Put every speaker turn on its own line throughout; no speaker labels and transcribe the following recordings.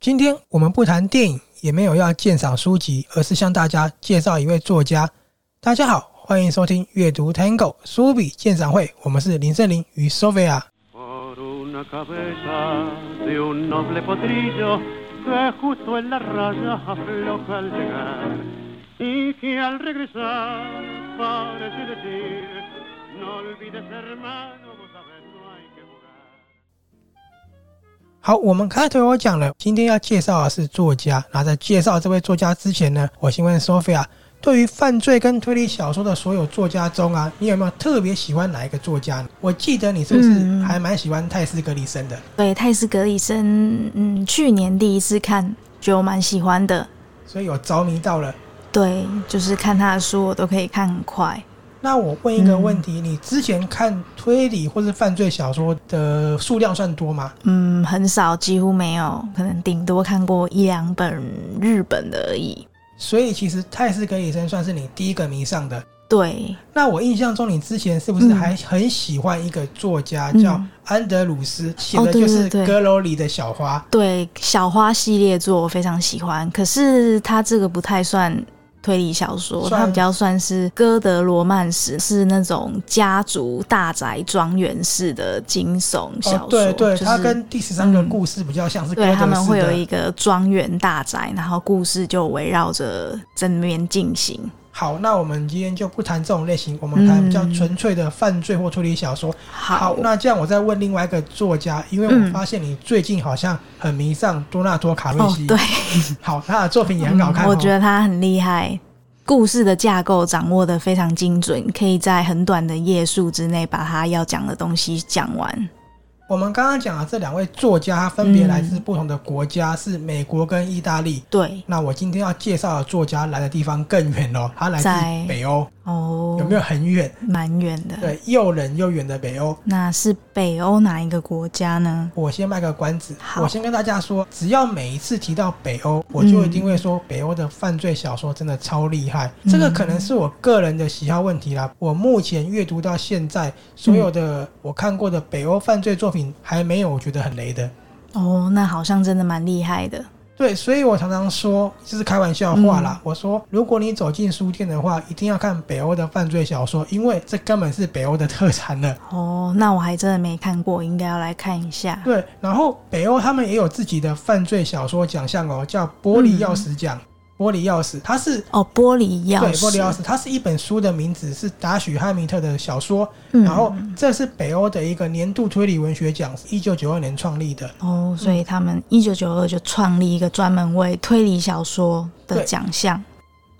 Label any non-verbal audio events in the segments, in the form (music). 今天我们不谈电影，也没有要鉴赏书籍，而是向大家介绍一位作家。大家好，欢迎收听阅读 Tango 书比鉴赏会，我们是林森林与 Sophia。
Por una cabeza de un noble potrillo que justo en la raya afloja al llegar y que al regresar parece decir, no olvides hermano, vos sabés no hay que jugar.
好，我们开头有讲了，今天要介绍的是作家。那在介绍这位作家之前呢，我先问 Sophia，对于犯罪跟推理小说的所有作家中啊，你有没有特别喜欢哪一个作家呢？我记得你是不是
嗯
还蛮喜欢泰斯格里森的？
对，泰斯格里森，嗯，去年第一次看，觉得我蛮喜欢的。
所以有着迷到了。
对，就是看他的书，我都可以看很快。
那我问一个问
嗯
题，你之前看推理或是犯罪小说的数量算多吗？
嗯，很少，几乎没有，可能顶多看过一两本日本的而已。
所以其实泰斯格里森算是你第一个迷上的。
对，
那我印象中，你之前是不是还很喜欢一个作家、
嗯
叫安德鲁斯，写
哦
的
对
就是
对
《
对
阁楼里的小花哦
对，小花系列作我非常喜欢，可是它这个不太算推理小说，
算
它比较算是哥德罗曼史，是那种家族大宅庄园式的惊悚》小说。
哦，对对，
就是嗯
它跟第十三个故事比较像是歌
对
德
他们
式
会有
的。
一个庄园大宅，然后故事就围绕着正面进行。
好，那我们今天就不谈这种类型，我们谈比较
嗯
纯粹的犯罪或推理小说。
好，
那这样我再问另外一个作家，因为我
嗯
发现你最近好像很迷上多纳多卡瑞
哦
西。，
对，嗯
好，他的作品也很好看、哦
我觉得他很厉害，故事的架构掌握的非常精准，可以在很短的页数之内把他要讲的东西讲完。
我们刚刚讲的这两位作家，他分别
嗯
来自不同的国家，是美国跟意大利。
对，
那我今天要介绍的作家来的地方更远哦，他来
在呃
自北欧，
哦，
有没有很远？
蛮远的？
对，又冷又远的北欧。
那是北欧哪一个国家呢？
我先卖个关子，
好
我先跟大家说，只要每一次提到北欧，我就
嗯
一定会说北欧的犯罪小说真的超厉害。
嗯
这个可能是我个人的喜好问题啦。我目前阅读到现在，所有
嗯
的我看过的北欧犯罪作品，还没有我觉得很雷的。
哦，那好像真的蛮厉害的。
对，所以我常常说，就是开玩笑话
嗯
啦。我说，如果你走进书店的话，一定要看北欧的犯罪小说，因为这根本是北欧的特产了。
哦，那我还真的没看过，应该要来看一下。
对，然后北欧他们也有自己的犯罪小说奖项哦，叫玻璃钥匙奖。玻璃钥匙，它是
哦，玻璃嗯钥匙，
对玻璃钥匙，它是一本书的名字，是达许汉密特的小说。
嗯
然后这是北欧的一个年度推理文学奖，一九九二年创立的。
哦，所以他们一九九二就创立一个专门为推理小说的
对
奖项。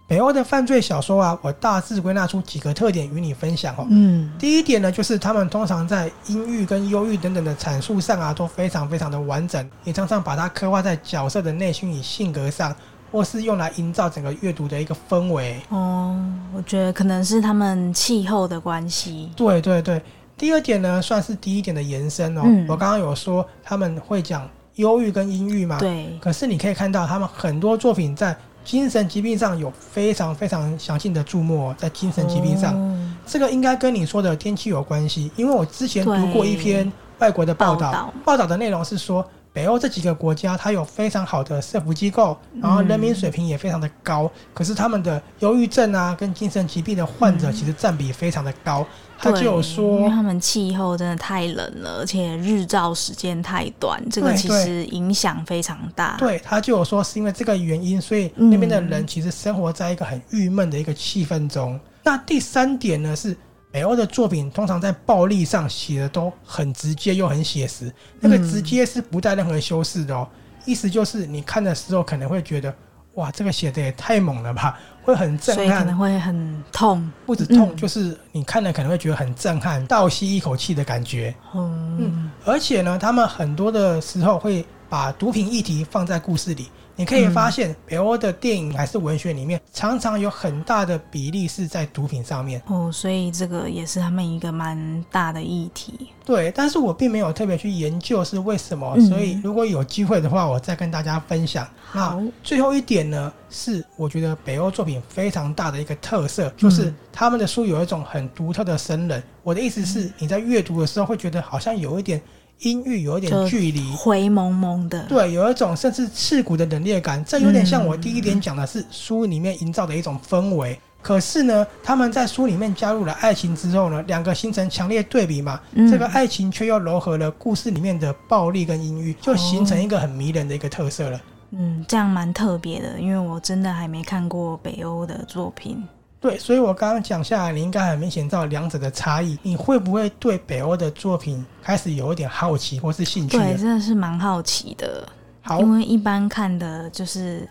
北欧的犯罪小说啊，我大致归纳出几个特点与你分享哦。
嗯，
第一点呢，就是他们通常在阴郁跟忧郁等等的阐述上啊，都非常非常的完整，也常常把它刻画在角色的内心与性格上，或是用来营造整个阅读的一个氛围。
哦，我觉得可能是他们气候的关系。
对对对，第二点呢，算是第一点的延伸哦。
嗯
我刚刚有说他们会讲忧郁跟阴郁嘛，
对，
可是你可以看到他们很多作品在精神疾病上有非常非常详尽的注目、哦，在精神疾病上。
哦
这个应该跟你说的天气有关系，因为我之前读过一篇
对
外国的报道，
报道
报道的内容是说，北欧这几个国家它有非常好的社福机构，然后
嗯
人民水平也非常的高，可是他们的忧郁症啊跟精神疾病的患者其实占比非常的高，他就有
嗯对因
说。
为他们气候真的太冷了，而且日照时间太短，这个
对
其
对
实影响非常大。，
对，他就有说是因为这个原因，所以那边的人其实生活在一个很郁闷的一个气氛中。那第三点呢是，北欧的作品通常在暴力上写的都很直接又很写实，那个直接是不带任何修饰的哦。意思就是你看的时候可能会觉得，哇，这个写的也太猛了吧，会很震
所以可
撼
能，会很痛。
不止痛，
嗯
就是你看了可能会觉得很震撼，倒吸一口气的感觉。
嗯，
而且呢，他们很多的时候会把毒品议题放在故事里。你可以
嗯
发现，北欧的电影还是文学里面，常常有很大的比例是在毒品上面。
哦，所以这个也是他们一个蛮大的议题。
对，但是我并没有特别去研究是为什么，
嗯
所以如果有机会的话，我再跟大家分享。那
好
最后一点呢，是我觉得北欧作品非常大的一个特
嗯
色，就是他
嗯
们的书有一种很独特的生冷。我的意思是，你在阅读的时候会觉得好像有一点阴郁有一点
就
距离，
灰蒙蒙的，
对，有一种甚至刺骨的冷冽感，这有点像我第一点讲的是书里面营造的一种氛围。可是呢，他们在书里面加入了爱情之后呢，两个形成强烈对比嘛。
嗯
这个爱情却又柔合了故事里面的暴力跟阴郁，就形成一个很迷人的一个特色了。
嗯，这样蛮特别的，因为我真的还没看过北欧的作品。
对，所以我刚刚讲下来，你应该很明显知道两者的差异。你会不会对北欧的作品开始有一点好奇或是兴趣呢？
对，真的是蛮好奇的，
好，
因为一般看的就是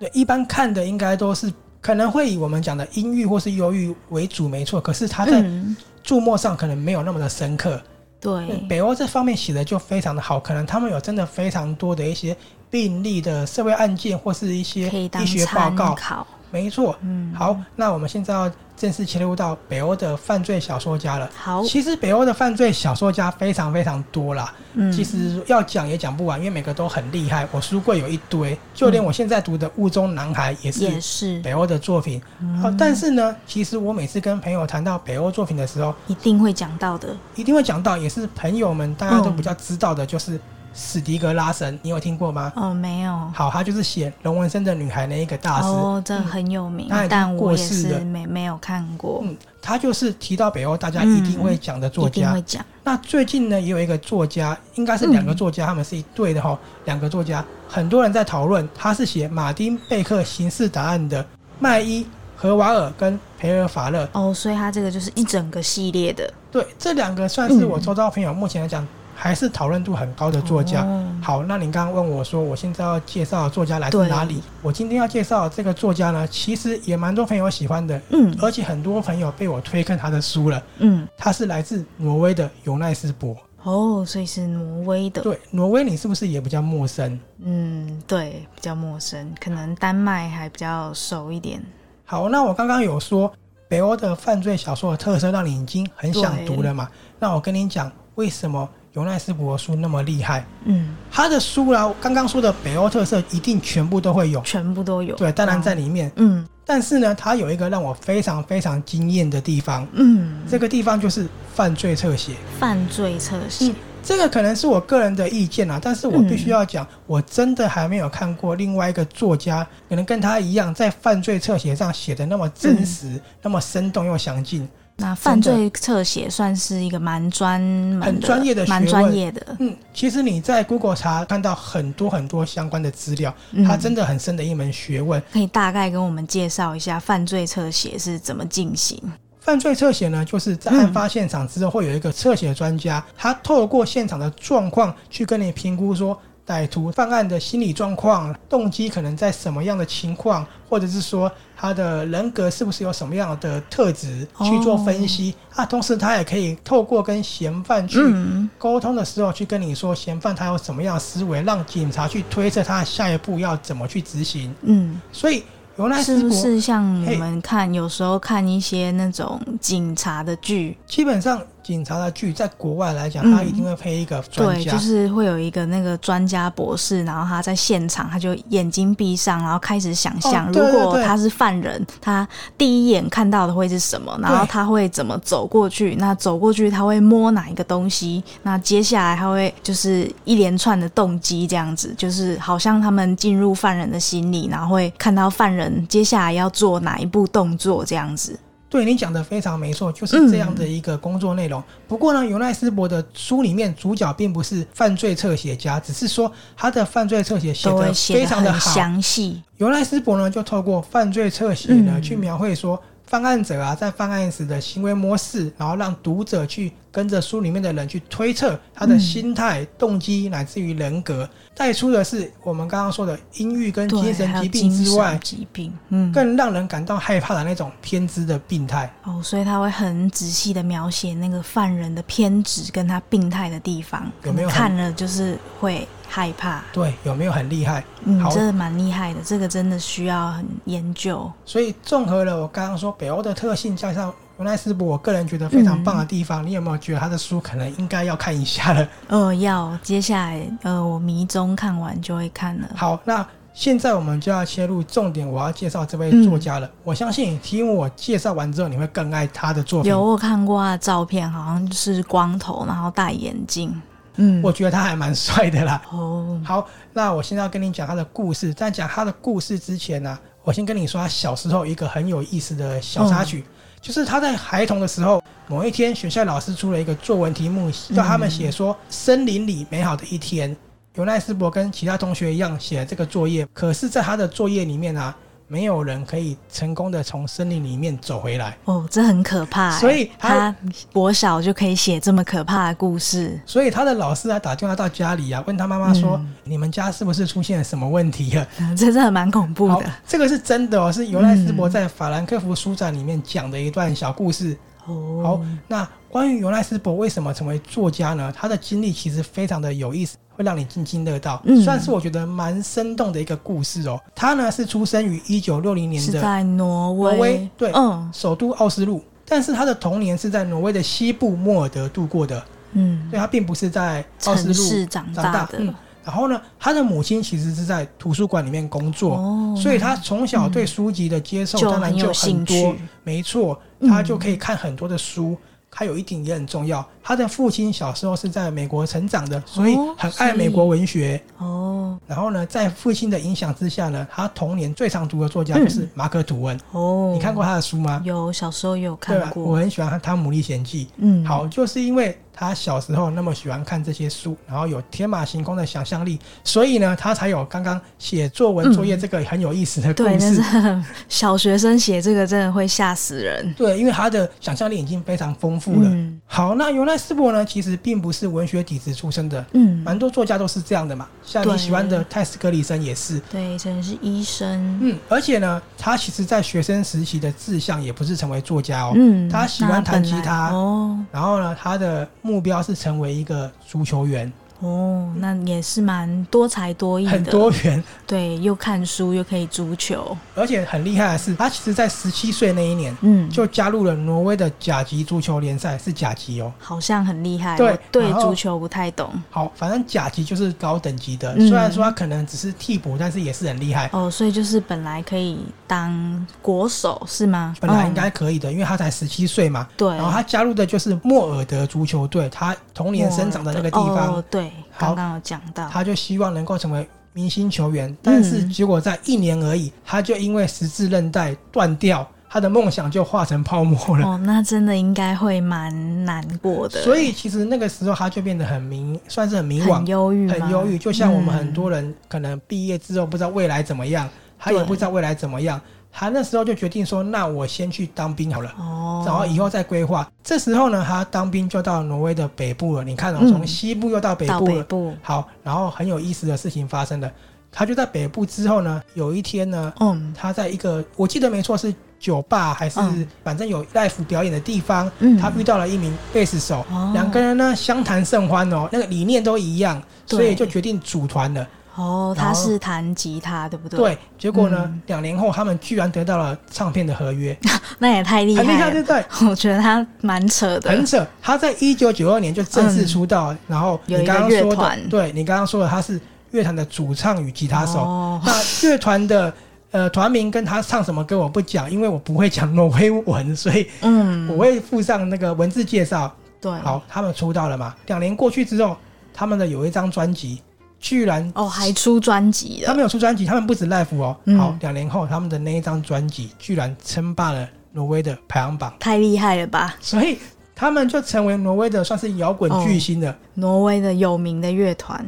对，一般看的应该都是可能会以我们讲的阴郁或是忧郁为主，没错。可是他在
嗯，
注墨上可能没有那么的深刻。
对，
北欧这方面写的就非常的好，可能他们有真的非常多的一些病例的社会案件或是一些
可以当
医学报
参
告，
考。
没错。
嗯，
好，那我们现在要正式切入到北欧的犯罪小说家了。
好，
其实北欧的犯罪小说家非常非常多啦，
嗯，
其实要讲也讲不完，因为每个都很厉害。我书柜有一堆，就连我现在读的《雾中男孩》也是
嗯也是，
北欧的作品。
嗯
好、但是呢，其实我每次跟朋友谈到北欧作品的时候，
一定会讲到的。
一定会讲到，也是朋友们大家都比较知道的，就是史迪格拉神，你有听过吗？
哦，没有，
好，他就是写《龙纹身的女孩》那一个大师。
哦，这很有名
他已，经
但我
过
也
世
是
了
没没有看过，
嗯，他就是提到北欧，大家一定会讲的作
一定
家。
会讲。
那最近呢，也有一个作家，应该是两个作家，他们是一对的哈、两个作家，很多人在讨论，他是写马丁贝克《刑事答案》的麦伊·和瓦尔跟培尔法勒，
哦，所以它这个就是一整个系列的
对，这两个算
嗯
是我周遭朋友目前来讲还是讨论度很高的作家。
哦
好，那您刚刚问我说，我现在要介绍的作家来自哪里？我今天要介绍的这个作家呢，其实也蛮多朋友喜欢的，
嗯
而且很多朋友被我推坑他的书了。
嗯，
他是来自挪威的尤奈斯伯。
哦，所以是挪威的，
对，挪威你是不是也比较陌生？
嗯，对，比较陌生，可能丹麦还比较熟一点。
好，那我刚刚有说北欧的犯罪小说的特色让你已经很想读了嘛？那我跟你讲，为什么尤奈斯伯的书那么厉害？
嗯，
他的书啦，刚刚说的北欧特色一定全部都会有，
全部都有。
对，当然在
哦
里面。
嗯
但是呢，它有一个让我非常非常惊艳的地方，
嗯，
这个地方就是犯罪特写。
犯罪侧写
嗯，这个可能是我个人的意见啊，但是我必须
嗯
要讲，我真的还没有看过另外一个作家，可能跟他一样，在犯罪侧写上写的那么真实、那么生动又详尽。
嗯那犯罪侧写算是一个蛮专门的、
很专业的学问
蛮专业的。
嗯，其实你在 Google 查看到很多很多相关的资料，
嗯
它真的很深的一门学问。
可以大概跟我们介绍一下犯罪侧写是怎么进行？
犯罪侧写呢，就是在
嗯
案发现场之后会有一个侧写专家，他透过现场的状况去跟你评估说歹徒犯案的心理状况、动机可能在什么样的情况，或者是说他的人格是不是有什么样的特质
哦
去做分析。啊，同时他也可以透过跟嫌犯去
嗯
沟通的时候，去跟你说嫌犯他有什么样的思维，让警察去推测他下一步要怎么去执行。
嗯，
所以尤奈
是
斯
不
伯
是像我们看有时候看一些那种警察的剧？
基本上警察的剧在国外来讲，
嗯
他一定会配一个专
对，
家。
就是会有一个那个专家博士，然后他在现场，他就眼睛闭上，然后开始想象，
哦对对
如果
对
他是犯人，他第一眼看到的会是什么，然后他会怎么走过去？那走过去他会摸哪一个东西？那接下来他会就是一连串的动机，这样子，就是好像他们进入犯人的心里，然后会看到犯人接下来要做哪一步动作，这样子。
对你讲的非常没错，就是这样的一个工作内
嗯
容。不过呢，尤奈斯伯的书里面主角并不是犯罪侧写家，只是说他的犯罪侧写写
都
得
会
非
写
常的
很
好。
详细，
尤奈斯伯呢，就透过犯罪侧写呢，
嗯
去描绘说犯案者啊在犯案时的行为模式，然后让读者去跟着书里面的人去推测他的心态、动机，乃至于人格。带出的是我们刚刚说的阴郁跟
对，
精神
还有
疾病之外
精神，疾病，嗯，
更让人感到害怕的那种偏执的病态。
哦，所以他会很仔细的描写那个犯人的偏执跟他病态的地方，
有没有
可能看了就是会害怕。
对，有没有很厉害？
嗯
好，
这个蛮厉害的，这个真的需要很研究。
所以综合了我刚刚说北欧的特性，加上尤奈斯伯，我个人觉得非常棒的地方，你有没有觉得他的书可能应该要看一下了？
呃，要接下来呃，我迷踪看完就会看了。
好，那现在我们就要切入重点，我要介绍这位作家了。我相信听我介绍完之后，你会更爱他的作品
有。我看过他的照片，好像就是光头，然后戴眼镜，嗯，
我觉得他还蛮帅的啦。
哦，
好，那我现在要跟你讲他的故事，在讲他的故事之前呢、我先跟你说他小时候一个很有意思的小插曲，就是他在孩童的时候，某一天学校老师出了一个作文题目，叫他们写说森林里美好的一天。尤奈斯伯跟其他同学一样写了这个作业，可是，在他的作业里面啊，没有人可以成功的从森林里面走回来。
哦，这很可怕欸、
所以他
他国小就可以写这么可怕的故事， (laughs)
所以他的老师还啊打电话到家里啊，问他妈妈说：“
嗯
你们家是不是出现了什么问题啊了？”
嗯这真的蛮恐怖
好
的。，
这个是真的哦，是尤奈斯伯在法兰克福书展里面讲的一段小故事。
哦，
好，那关于尤奈斯伯为什么成为作家呢？他的经历其实非常的有意思，会让你津津乐道，
嗯
算是我觉得蛮生动的一个故事哦。他呢是出生于一九六零年
是
的
在挪威，
挪威对
嗯
首都奥斯陆，但是他的童年是在挪威的西部莫尔德度过的，
嗯，
对他并不是在奥斯
城
陆
市长
长大
的，
嗯然后呢，他的母亲其实是在图书馆里面工作，
哦
嗯所以他从小对书籍的接受
就
当然
很
就
有
很
兴
多
趣，
没错，他就可以看很多的书。他有一点也很重要，他的父亲小时候是在美国成长的，所以
哦
很爱美国文学。
哦
然后呢，在父亲的影响之下呢，他童年最常读的作家就是马克·吐温。
嗯哦，
你看过他的书吗？
有小时候有
对
看
吧？我
过，
很喜欢看《汤姆历险记》。
嗯，
好，就是因为他小时候那么喜欢看这些书，然后有天马行空的想象力，所以呢，他才有刚刚写作文作业这个很有意思的故
嗯对，但
事。
是 (laughs) 小学生写这个真的会吓死人。
对，因为他的想象力已经非常丰富了。
嗯
好，那尤奈斯伯呢，其实并不是文学底子出身的，
嗯，
蛮多作家都是这样的嘛。像你
对
喜欢的泰斯格里森也是，
对，真的是医生。
嗯，而且呢，他其实在学生时期的志向也不是成为作家哦，
嗯，
他喜欢弹吉
那本来
他，
哦
然后呢，他的目标是成为一个足球员，
哦，那也是蛮多才多艺的，
很多
嗯
元，
对，又看书又可以足球，
而且很厉害的是，他其实在十七岁那一年
嗯，
就加入了挪威的甲级足球联赛，是甲级哦。
好像很厉害。
对
我对
然后
足球不太懂
好，反正甲级就是高等级的，
嗯
虽然说他可能只是替补，但是也是很厉害。
哦，所以就是本来可以当国手是吗？
本来应
嗯、
该可以的，因为他才十七岁嘛。
对，
然后他加入的就是莫尔德足球队，他童年生长的那个地
我
方
哦，、对，
好
刚刚有讲到，
他就希望能够成为明星球员，但是结果在一年而已，他就因为十字韧带断掉，他的梦想就化成泡沫了。
哦，那真的应该会蛮难过的，
所以其实那个时候他就变得很迷，算是很迷惘
很，忧郁吗，
很忧郁，就像我们很
嗯、
多人可能毕业之后不知道未来怎么样，他也
对
不知道未来怎么样，他那时候就决定说，那我先去当兵好了。
哦，
然后以后再规划。这时候呢，他当兵就到挪威的北部了。你看、哦，
嗯
从西部又到北
哦到
部
北
了。
部，
好，然后很有意思的事情发生了。他就在北部之后呢，有一天呢，
嗯
他在一个我记得没错是酒吧还是
嗯
反正有 l i f e 表演的地方，
嗯
他遇到了一名贝斯手
哦，
两、个人呢相谈甚欢哦，那个理念都一样，
对
所以就决定组团了。
哦，
然
他
后
是弹吉他，对不对？，
对，结果呢
嗯，
两、年后他们居然得到了唱片的合约，
那也太厉害
很厉害，
了。
对不对？
(laughs) 我觉得他蛮扯的，哦
很扯，他在一九九二年就正式出道，然后
嗯有
你
一个
刚刚
乐
说的，
团
对你刚刚说的，他是乐团的主唱与吉他手。
哦
那乐团的呃团名跟他唱什么歌我不讲，因为我不会讲挪威文，所以
嗯，
我会附上那个文字介绍。
对，
好，他们出道了嘛？两年过去之后，他们的有一张专辑居然
哦，还出专辑
他
了，
们有出专辑，他们不止 live 哦。
嗯
好，两年后他们的那一张专辑居然称霸了挪威的排行榜，
太厉害了吧！
所以他们就成为挪威的算是摇滚巨星
哦
了。
挪威的有名的乐团，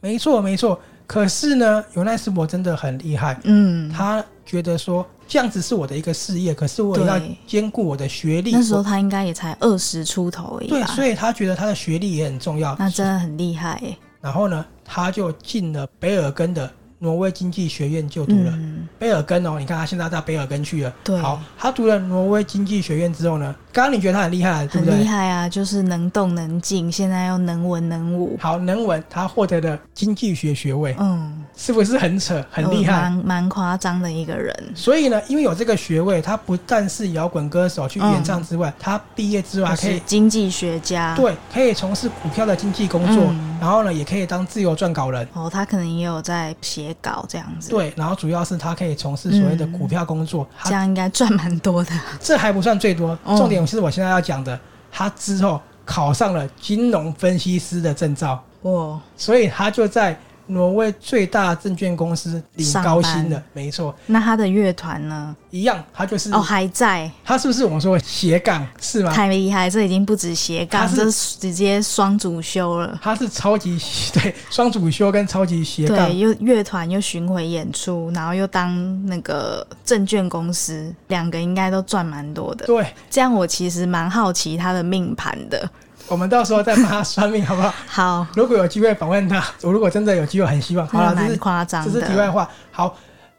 没错，没错。可是呢，尤奈斯伯真的很厉害，
嗯，
他觉得说这样子是我的一个事业，可是我也
对
要兼顾我的学历。
那时候
我
他应该也才二十出头而已
对，
吧？
所以啊他觉得他的学历也很重要。
那真的很厉害耶，
然后呢，他就进了北尔根的挪威经济学院就读了。
嗯，
北尔根哦，你看他现在到北尔根去了。
对
好，他读了挪威经济学院之后呢，刚刚你觉得他很厉害，对
很
不
厉
对？
害啊，就是能动能静，现在又能文能武，
好，能文他获得了经济学学位，
嗯，
是不是很扯，很厉害？
嗯蛮蛮夸张的一个人，
所以呢，因为有这个学位，他不但是摇滚歌手去演唱之外，他毕业之后还
嗯就
啊可以、
是经济学家，，
对，可以从事股票的经纪工作，
嗯
然后呢，也可以当自由撰稿人。
哦，他可能也有在写稿这样子，，
对，然后主要是他可以从事所谓的
嗯
股票工作，他
这样应该赚蛮多的， (laughs)
这还不算最多，
哦
重点是我现在要讲的，他之后考上了金融分析师的证照，
哇，
所以他就在挪威最大证券公司领高薪
上
的
班，
没错，
那他的乐团呢？
一样，他就是、
哦，还在，
他是不是我们说的斜杠是吗？
太厉害！这已经不止斜杠，
他是
这是直接双主修了。
他是超级 (laughs) 对双主修跟超级斜杠
对，，又乐团又巡回演出，然后又当那个证券公司，两个应该都赚蛮多的。
对，
这样我其实蛮好奇他的命盘的。
我们到时候再帮他算命好不好？ (laughs)
好，
如果有机会访问他，我如果真的有机会，很希望。好
那
了，这
蛮
是
夸张
这是题外
的。
话。好，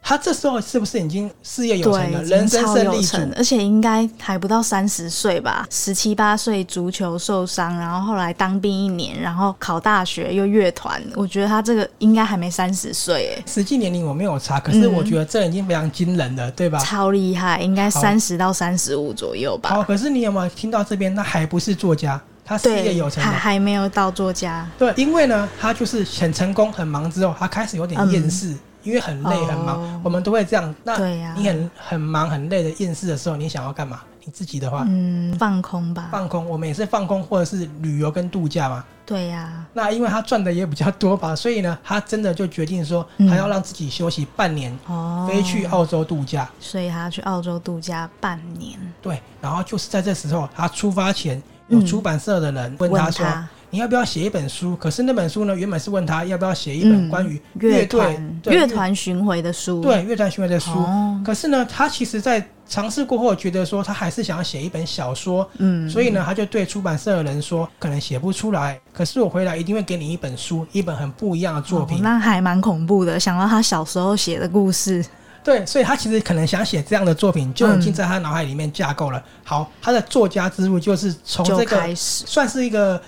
他这时候是不是已经事业有成了，
对，已
人
经
生
超
胜
有
利组？
成，而且应该还不到三十岁吧，十七八岁足球受伤，然后后来当兵一年，然后考大学又乐团，我觉得他这个应该还没三十岁，哎，
实际年龄我没有查，可是
嗯
我觉得这已经非常惊人了，对吧？
超厉害，应该
好
三十到三十五左右
好，
吧。
哦可是你有没有听到这边？他还不是作家，他事业
对
有，成
还
的。
还没有到作家，
对，因为呢，他就是很成功、很忙之后，他开始有点厌
嗯
世，因为很累、很忙
哦，
我们都会这样。那
对呀
你很很忙、很累的厌世的时候，你想要干嘛？你自己的话，
嗯，放空吧。
放空，我们也是放空，或者是旅游跟度假嘛。
对呀、
那因为他赚的也比较多吧，所以呢，他真的就决定说，
嗯
他要让自己休息半年，
哦，
飞去，澳洲度假。
所以他去澳洲度假半年。
对，然后就是在这时候，他出发前有
嗯
出版社的人问
问
他说：“
他嗯
你要不要写一本书？”可是那本书呢，原本是问他要不要写一本关于
乐
队
团、
对
嗯乐团巡回的书，
对乐团行为的书。
哦，
可是呢，他其实在尝试过后，觉得说他还是想要写一本小说，
嗯，
所以呢，他就对出版社的人说：“可能写不出来，可是我回来一定会给你一本书，一本很不一样的作
哦
品。
那还蛮恐怖的。想到他小时候写的故事，
对，所以他其实可能想写这样的作品，就已经
嗯
在他脑海里面架构了。好，他的作家之路就是从
就
这个
开始，
算是一个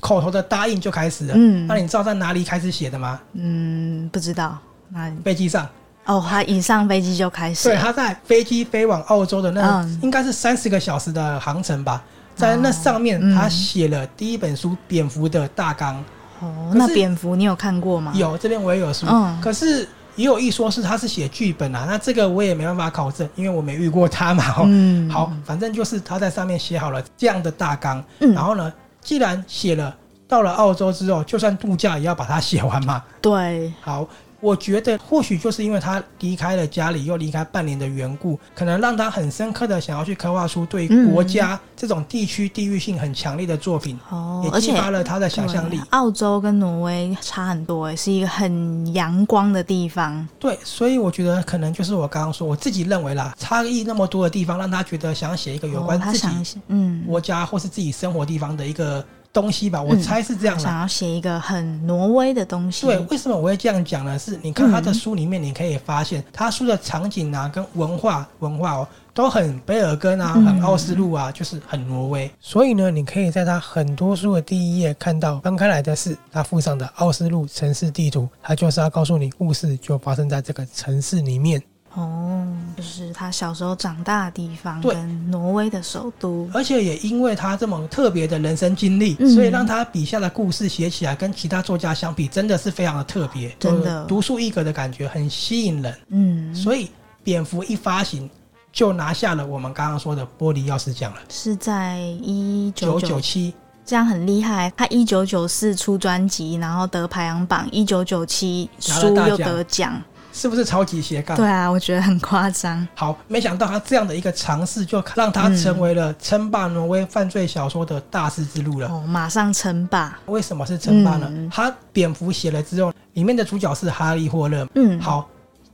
口头的答应就开始了。
嗯
那你知道在哪里开始写的吗？
嗯，不知道那
飞机上，
哦，他一上飞机就开始
对，
了，
他在飞机飞往澳洲的那、
嗯
应该是三十个小时的航程吧，在那上面
嗯
他写了第一本书《蝙蝠的大纲
哦
可，是
那蝙蝠你有看过吗？》，，
有这边我也有书，
嗯
可是。也有一说是他是写剧本啊，那这个我也没办法考证，因为我没遇过他嘛。哦
嗯，
好，，反正就是他在上面写好了这样的大纲，
嗯
然后呢，既然写了，到了澳洲之后，就算度假也要把它写完嘛。
对，
好，我觉得或许就是因为他离开了家里，又离开半年的缘故，可能让他很深刻的想要去刻画出对于
嗯
国家、这种地区地域性很强烈的作品，
哦，
也
而
激
且
发了他的想象力
对。啊澳洲跟挪威差很多欸，是一个很阳光的地方。
对，所以我觉得可能就是我刚刚说，我自己认为啦，差异那么多的地方，让他觉得想写一个有关
哦他
自己
想写，嗯，
国家或是自己生活地方的一个东西吧，我
嗯
猜是这样啦。
想要写一个很挪威的东西。
对，为什么我会这样讲呢？是你看他的
嗯
书里面，你可以发现他书的场景啊，跟文化文化哦，都很卑尔根啊，
嗯
很奥斯陆啊，就是很挪威。所以呢，你可以在他很多书的第一页看到翻开来的是他附上的奥斯陆城市地图，他就是要告诉你故事就发生在这个城市里面。
哦，就是他小时候长大的地方，
对
跟挪威的首都。
而且也因为他这么特别的人生经历，
嗯
所以让他笔下的故事写起来跟其他作家相比，真的是非常的特别，
真
有
的
独树一格的感觉，很吸引人。
嗯，
所以蝙蝠一发行就拿下了我们刚刚说的玻璃钥匙奖了，
是在一
九
九
九
九，
七。
这样很厉害。他一九九四出专辑，然后得排行榜，一九九七
拿了
书
大
又
奖
得奖。
是不是超级斜杠？
对啊，我觉得很夸张。
好，没想到他这样的一个尝试，就让他成为了称霸挪威犯罪小说的大师之路了。
哦，马上称霸。
为什么是称霸呢？
嗯
他蝙蝠写了之后，里面的主角是哈利·霍勒。
嗯，。
好，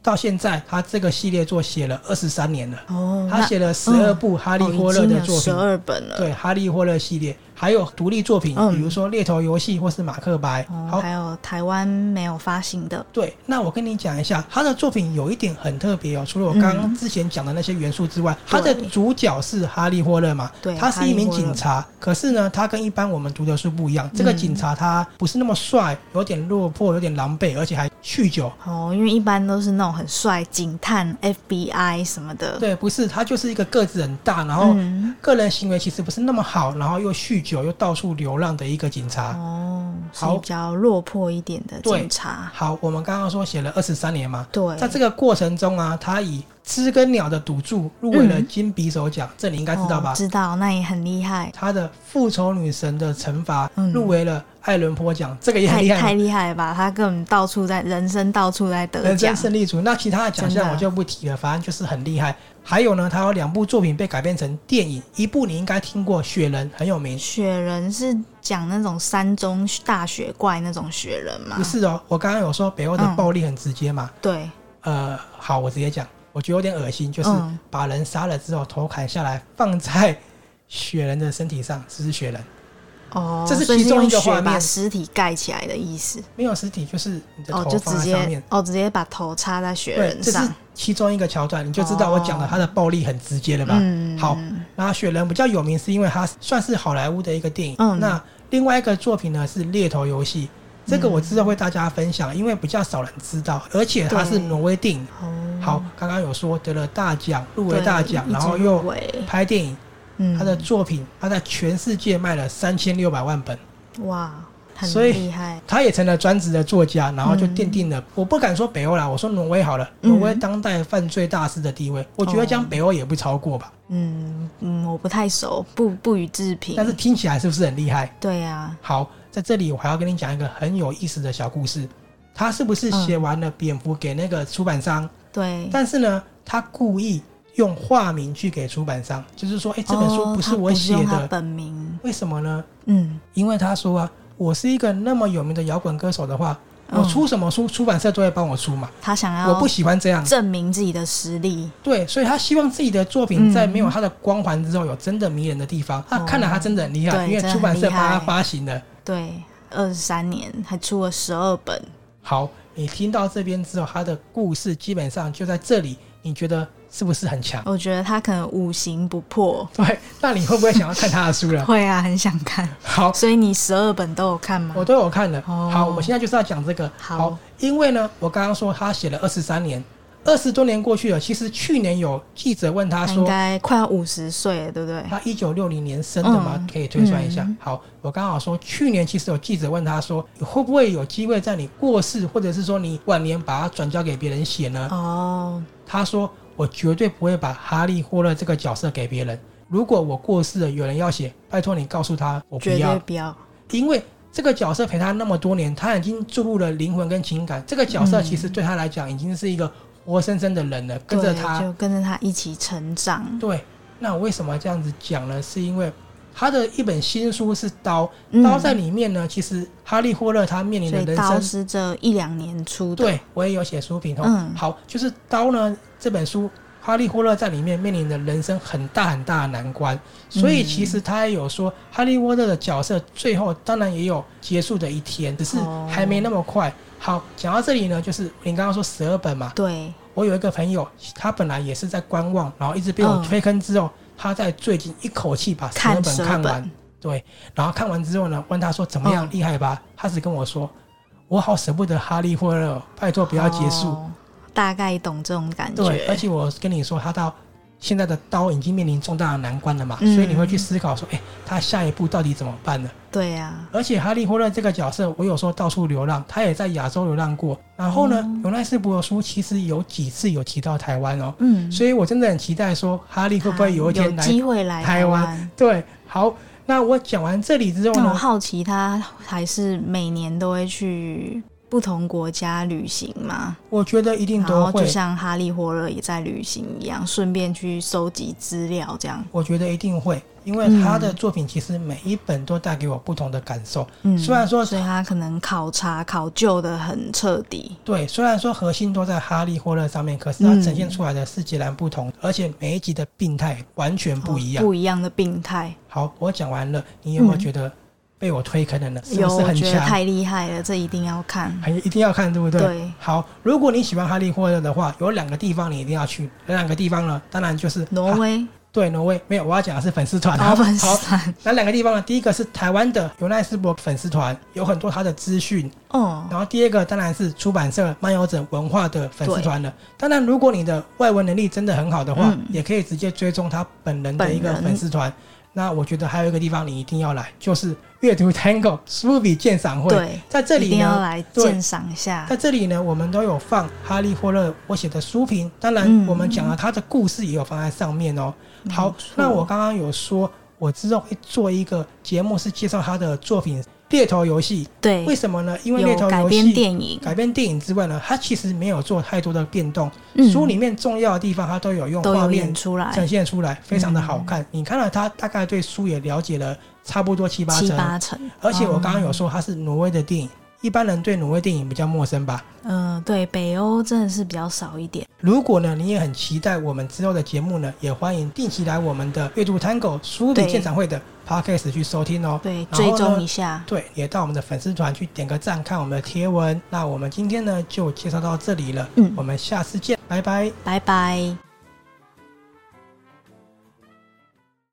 到现在他这个系列作写了二十三年了，
哦，
他
那哦
写了十二部哈利·霍勒的作
十
品。
二本了。
对哈利·霍勒系列，还有独立作品，
嗯
比如说《猎头游戏》或是《马克白》
哦，
好，
还有台湾没有发行的。
对，那我跟你讲一下，他的作品有一点很特别哦。除了我刚刚
嗯
之前讲的那些元素之外，他的
对
主角是哈利·霍勒嘛，
对
他是一名
哈利霍勒
警察。可是呢，他跟一般我们读的书不一样，这个
嗯
警察他不是那么帅，有点落魄，有点狼狈，而且还酗酒。
哦，因为一般都是那种很帅警探、FBI 什么的。，
对，不是，他就是一个个子很大，然后
嗯，
个人行为其实不是那么好，然后又酗酒，又到处流浪的一个警察。
哦，是
啊好
比较落魄一点的
对
警察。
好，我们刚刚说写了二十三年嘛，
对，
在这个过程中啊，他以知跟鸟的赌注入围了金匕首奖，这你应该知道吧？
哦知道，那也很厉害，
他的《复仇女神的惩罚》
嗯
入围了艾伦坡奖，这个也很
太
厉
太
害嘛。
厉害了吧？他根本到处在人生到处在得
人
奖
生，胜利组，那其他的奖
真
项
的啊
我就不提了，反正就是很厉害。还有呢，他有两部作品被改编成电影，一部你应该听过，《雪人》很有名。
雪人是讲那种山中大雪怪那种雪人嘛
不？是哦，我刚刚有说北欧的
啊嗯
暴力很直接嘛，
对，
呃，好，我直接讲，我觉得有点恶心，就是
嗯
把人杀了之后，头砍下来放在雪人的身体上，这是雪人，
哦，
这是
所以
其中
用
一个画
雪把
面
尸体盖起来的意思，
没有尸体，就是你的
哦，
头
就
放
直
在上面
接。哦直接把头插在雪
对，
人
这是
上，哦
其中一个桥段，你就知道我讲的他的暴力很直接了吧？
嗯
好，那雪人比较有名是因为它算是好莱坞的一个电影。
嗯
那另外一个作品呢是《猎头游戏》，这个我之后会大家分享，因为比较少人知道，而且它是
对
挪威电影。
哦，
好，刚刚有说得了大奖，入围
对，
大奖，
一
然
直
后又
入围
拍电影，
嗯，
他的作品他在全世界卖了三千六百万本。
哇，很
所以
厉害，
他也成了专职的作家，然后就奠定
嗯
了、我不敢说北欧啦，我说挪威好了，挪威当代犯罪大师的地位，我
哦
觉得讲北欧也不超过吧。
嗯嗯，我不太熟，不不予置评，
但是听起来是不是很厉害？
对啊呀、
好，在这里我还要跟你讲一个很有意思的小故事。他是不是
嗯
写完了蝙蝠给那个出版商？
对，
但是呢，他故意用化名去给出版商，就是说，哎、这本
哦
书不
他
是我写
用他
的，
本名，
为什么呢？
嗯，
因为他说啊，我是一个那么有名的摇滚歌手的话，
嗯哦
我出什么书，出版社都会帮我出嘛。
他想
我
要
不喜欢这样，
证明自己的实力，
对，所以他希望自己的作品在没有他的光环之后，有真的迷人的地方。他看了他真的很厉害，
嗯对
因为出版社
真的很
帮
厉害
他发行了。
对，二十三年还出了十二本，
好，你听到这边之后，他的故事基本上就在这里，你觉得是不是很强？
我觉得他可能五行不破，
对，那你会不会想要看他的书
(laughs)
了？
会啊，很想看，
好，
所以你十二本都有看吗
我？都有看了。
哦
好，我现在就是要讲这个。
好
因为呢，我刚刚说他写了二十三年，二十多年过去了。其实去年有记者问他
他
说
应，该快要五十岁了，对不对？
他一九六零年生的嘛，
嗯
可以推算一下。
嗯
好，我刚好说，去年其实有记者问他说，会不会有机会在你过世，或者是说你晚年把它转交给别人写呢？
哦，
他说，我绝对不会把哈利·霍勒这个角色给别人。如果我过世了，有人要写，拜托你告诉他，我不
绝对
要，
不要，
因为。这个角色陪他那么多年，他已经注入了灵魂跟情感。这个角色其实对他来讲已经是一个活生生的人了，跟着
对
他
就跟着他一起成长，
对，那我为什么这样子讲呢？是因为他的一本新书是《刀》，
嗯
刀在里面呢，其实哈利·霍勒他面临
所
的
以
人
刀
生，
是这一两年出的，
对啊我也有写书评哦。
嗯
好，就是《刀》呢这本书，哈利·霍勒在里面面临的人生很大很大的难关，所以其实他也有说，哈利·霍勒的角色最后当然也有结束的一天，只是
哦
还没那么快。好，讲到这里呢，就是你刚刚说十二本嘛，
对，
我有一个朋友，他本来也是在观望，然后一直被我推坑之后，他在最近一口气把十二
嗯看
本
十二
看完。
本
对，然后看完之后呢，问他说怎么样，
嗯
厉害吧？他只跟我说，我好舍不得哈利霍勒哦，拜托不要结束。
哦大概懂这种感
对，而且
觉，
我跟你说，他到现在的刀已经面临重大的难关了嘛，
嗯
所以你会去思考说，哎，他下一步到底怎么办呢？
对啊呀、
而且哈利·霍勒这个角色，我有时候到处流浪，他也在亚洲流浪过。然后呢，尤奈斯伯的书其实有几次有提到台湾哦，
嗯，
所以我真的很期待说哈利会不会有一天
有
来
机会来
台湾
湾？。
对，好，那我讲完这里之后
那我
呢，
好奇，他还是每年都会去不同国家旅行吗？
我觉得一定
然
都
后就
会，
像哈利·霍勒也在旅行一样，顺便去收集资料，这样。
我觉得一定会，因为他的作品其实每一本都带给我不同的感受。
嗯，
虽然说
所以他可能考察考究的很彻底。
对，虽然说核心都在哈利·霍勒上面，可是它
嗯
呈现出来的是截然不同，而且每一集的病态完全不一样。
哦不一样的病态，
好，我讲完了，你有没有
嗯
觉得被我推坑了呢？是
有
不是
我
很
觉得
强？
太厉害了，这一定要看。
很一定要看，对不对？
对
好，如果你喜欢哈利波特的话，有两个地方你一定要去。哪两个地方呢？当然就是
挪、
啊
威，哦
对，挪威没有，我要讲的是粉丝团。
老板
好，
山，
哪两个地方呢？第一个是台湾的尤奈斯伯粉丝团，有很多他的资讯。
哦，
然后第二个当然是出版社漫游者文化的粉丝团了。当然，如果你的外文能力真的很好的话，
嗯
也可以直接追踪他本人的一个
本人
粉丝团。那我觉得还有一个地方你一定要来，就是阅读 Tango 苏比鉴赏会。
对
在这
一
里
定要
呢，
来
对
鉴赏一下
在。这里呢，我们都有放哈利波特我写的书评，当然
嗯
我们讲了他的故事也有放在上面哦。
没
好
错，
那我刚刚有说，我之后会做一个节目，是介绍他的作品《猎头游戏》。
对
为，什么呢？因为猎
有
头
改
游
编
戏
电影，
改编电影之外呢，它其实没有做太多的变动。
嗯
书里面重要的地方，它都有用
都
画
有
面
演
呈
出来嗯
现出来，非常的好看。你看了它，大概对书也了解了差不多七八
七
成。
八成。嗯
而且我刚刚有说它是挪威的电影，一般人对挪威电影比较陌生吧？
嗯，对，北欧真的是比较少一点。
如果呢，你也很期待我们之后的节目呢，也欢迎定期来我们的阅读 Tango 书笔
对
鉴赏会的 podcast 去收听哦。
对，
然后
追
呢
踪一下。
对，也到我们的粉丝团去点个赞，看我们的贴文。那我们今天呢就介绍到这里了，
嗯
我们下次见，拜拜。
拜拜。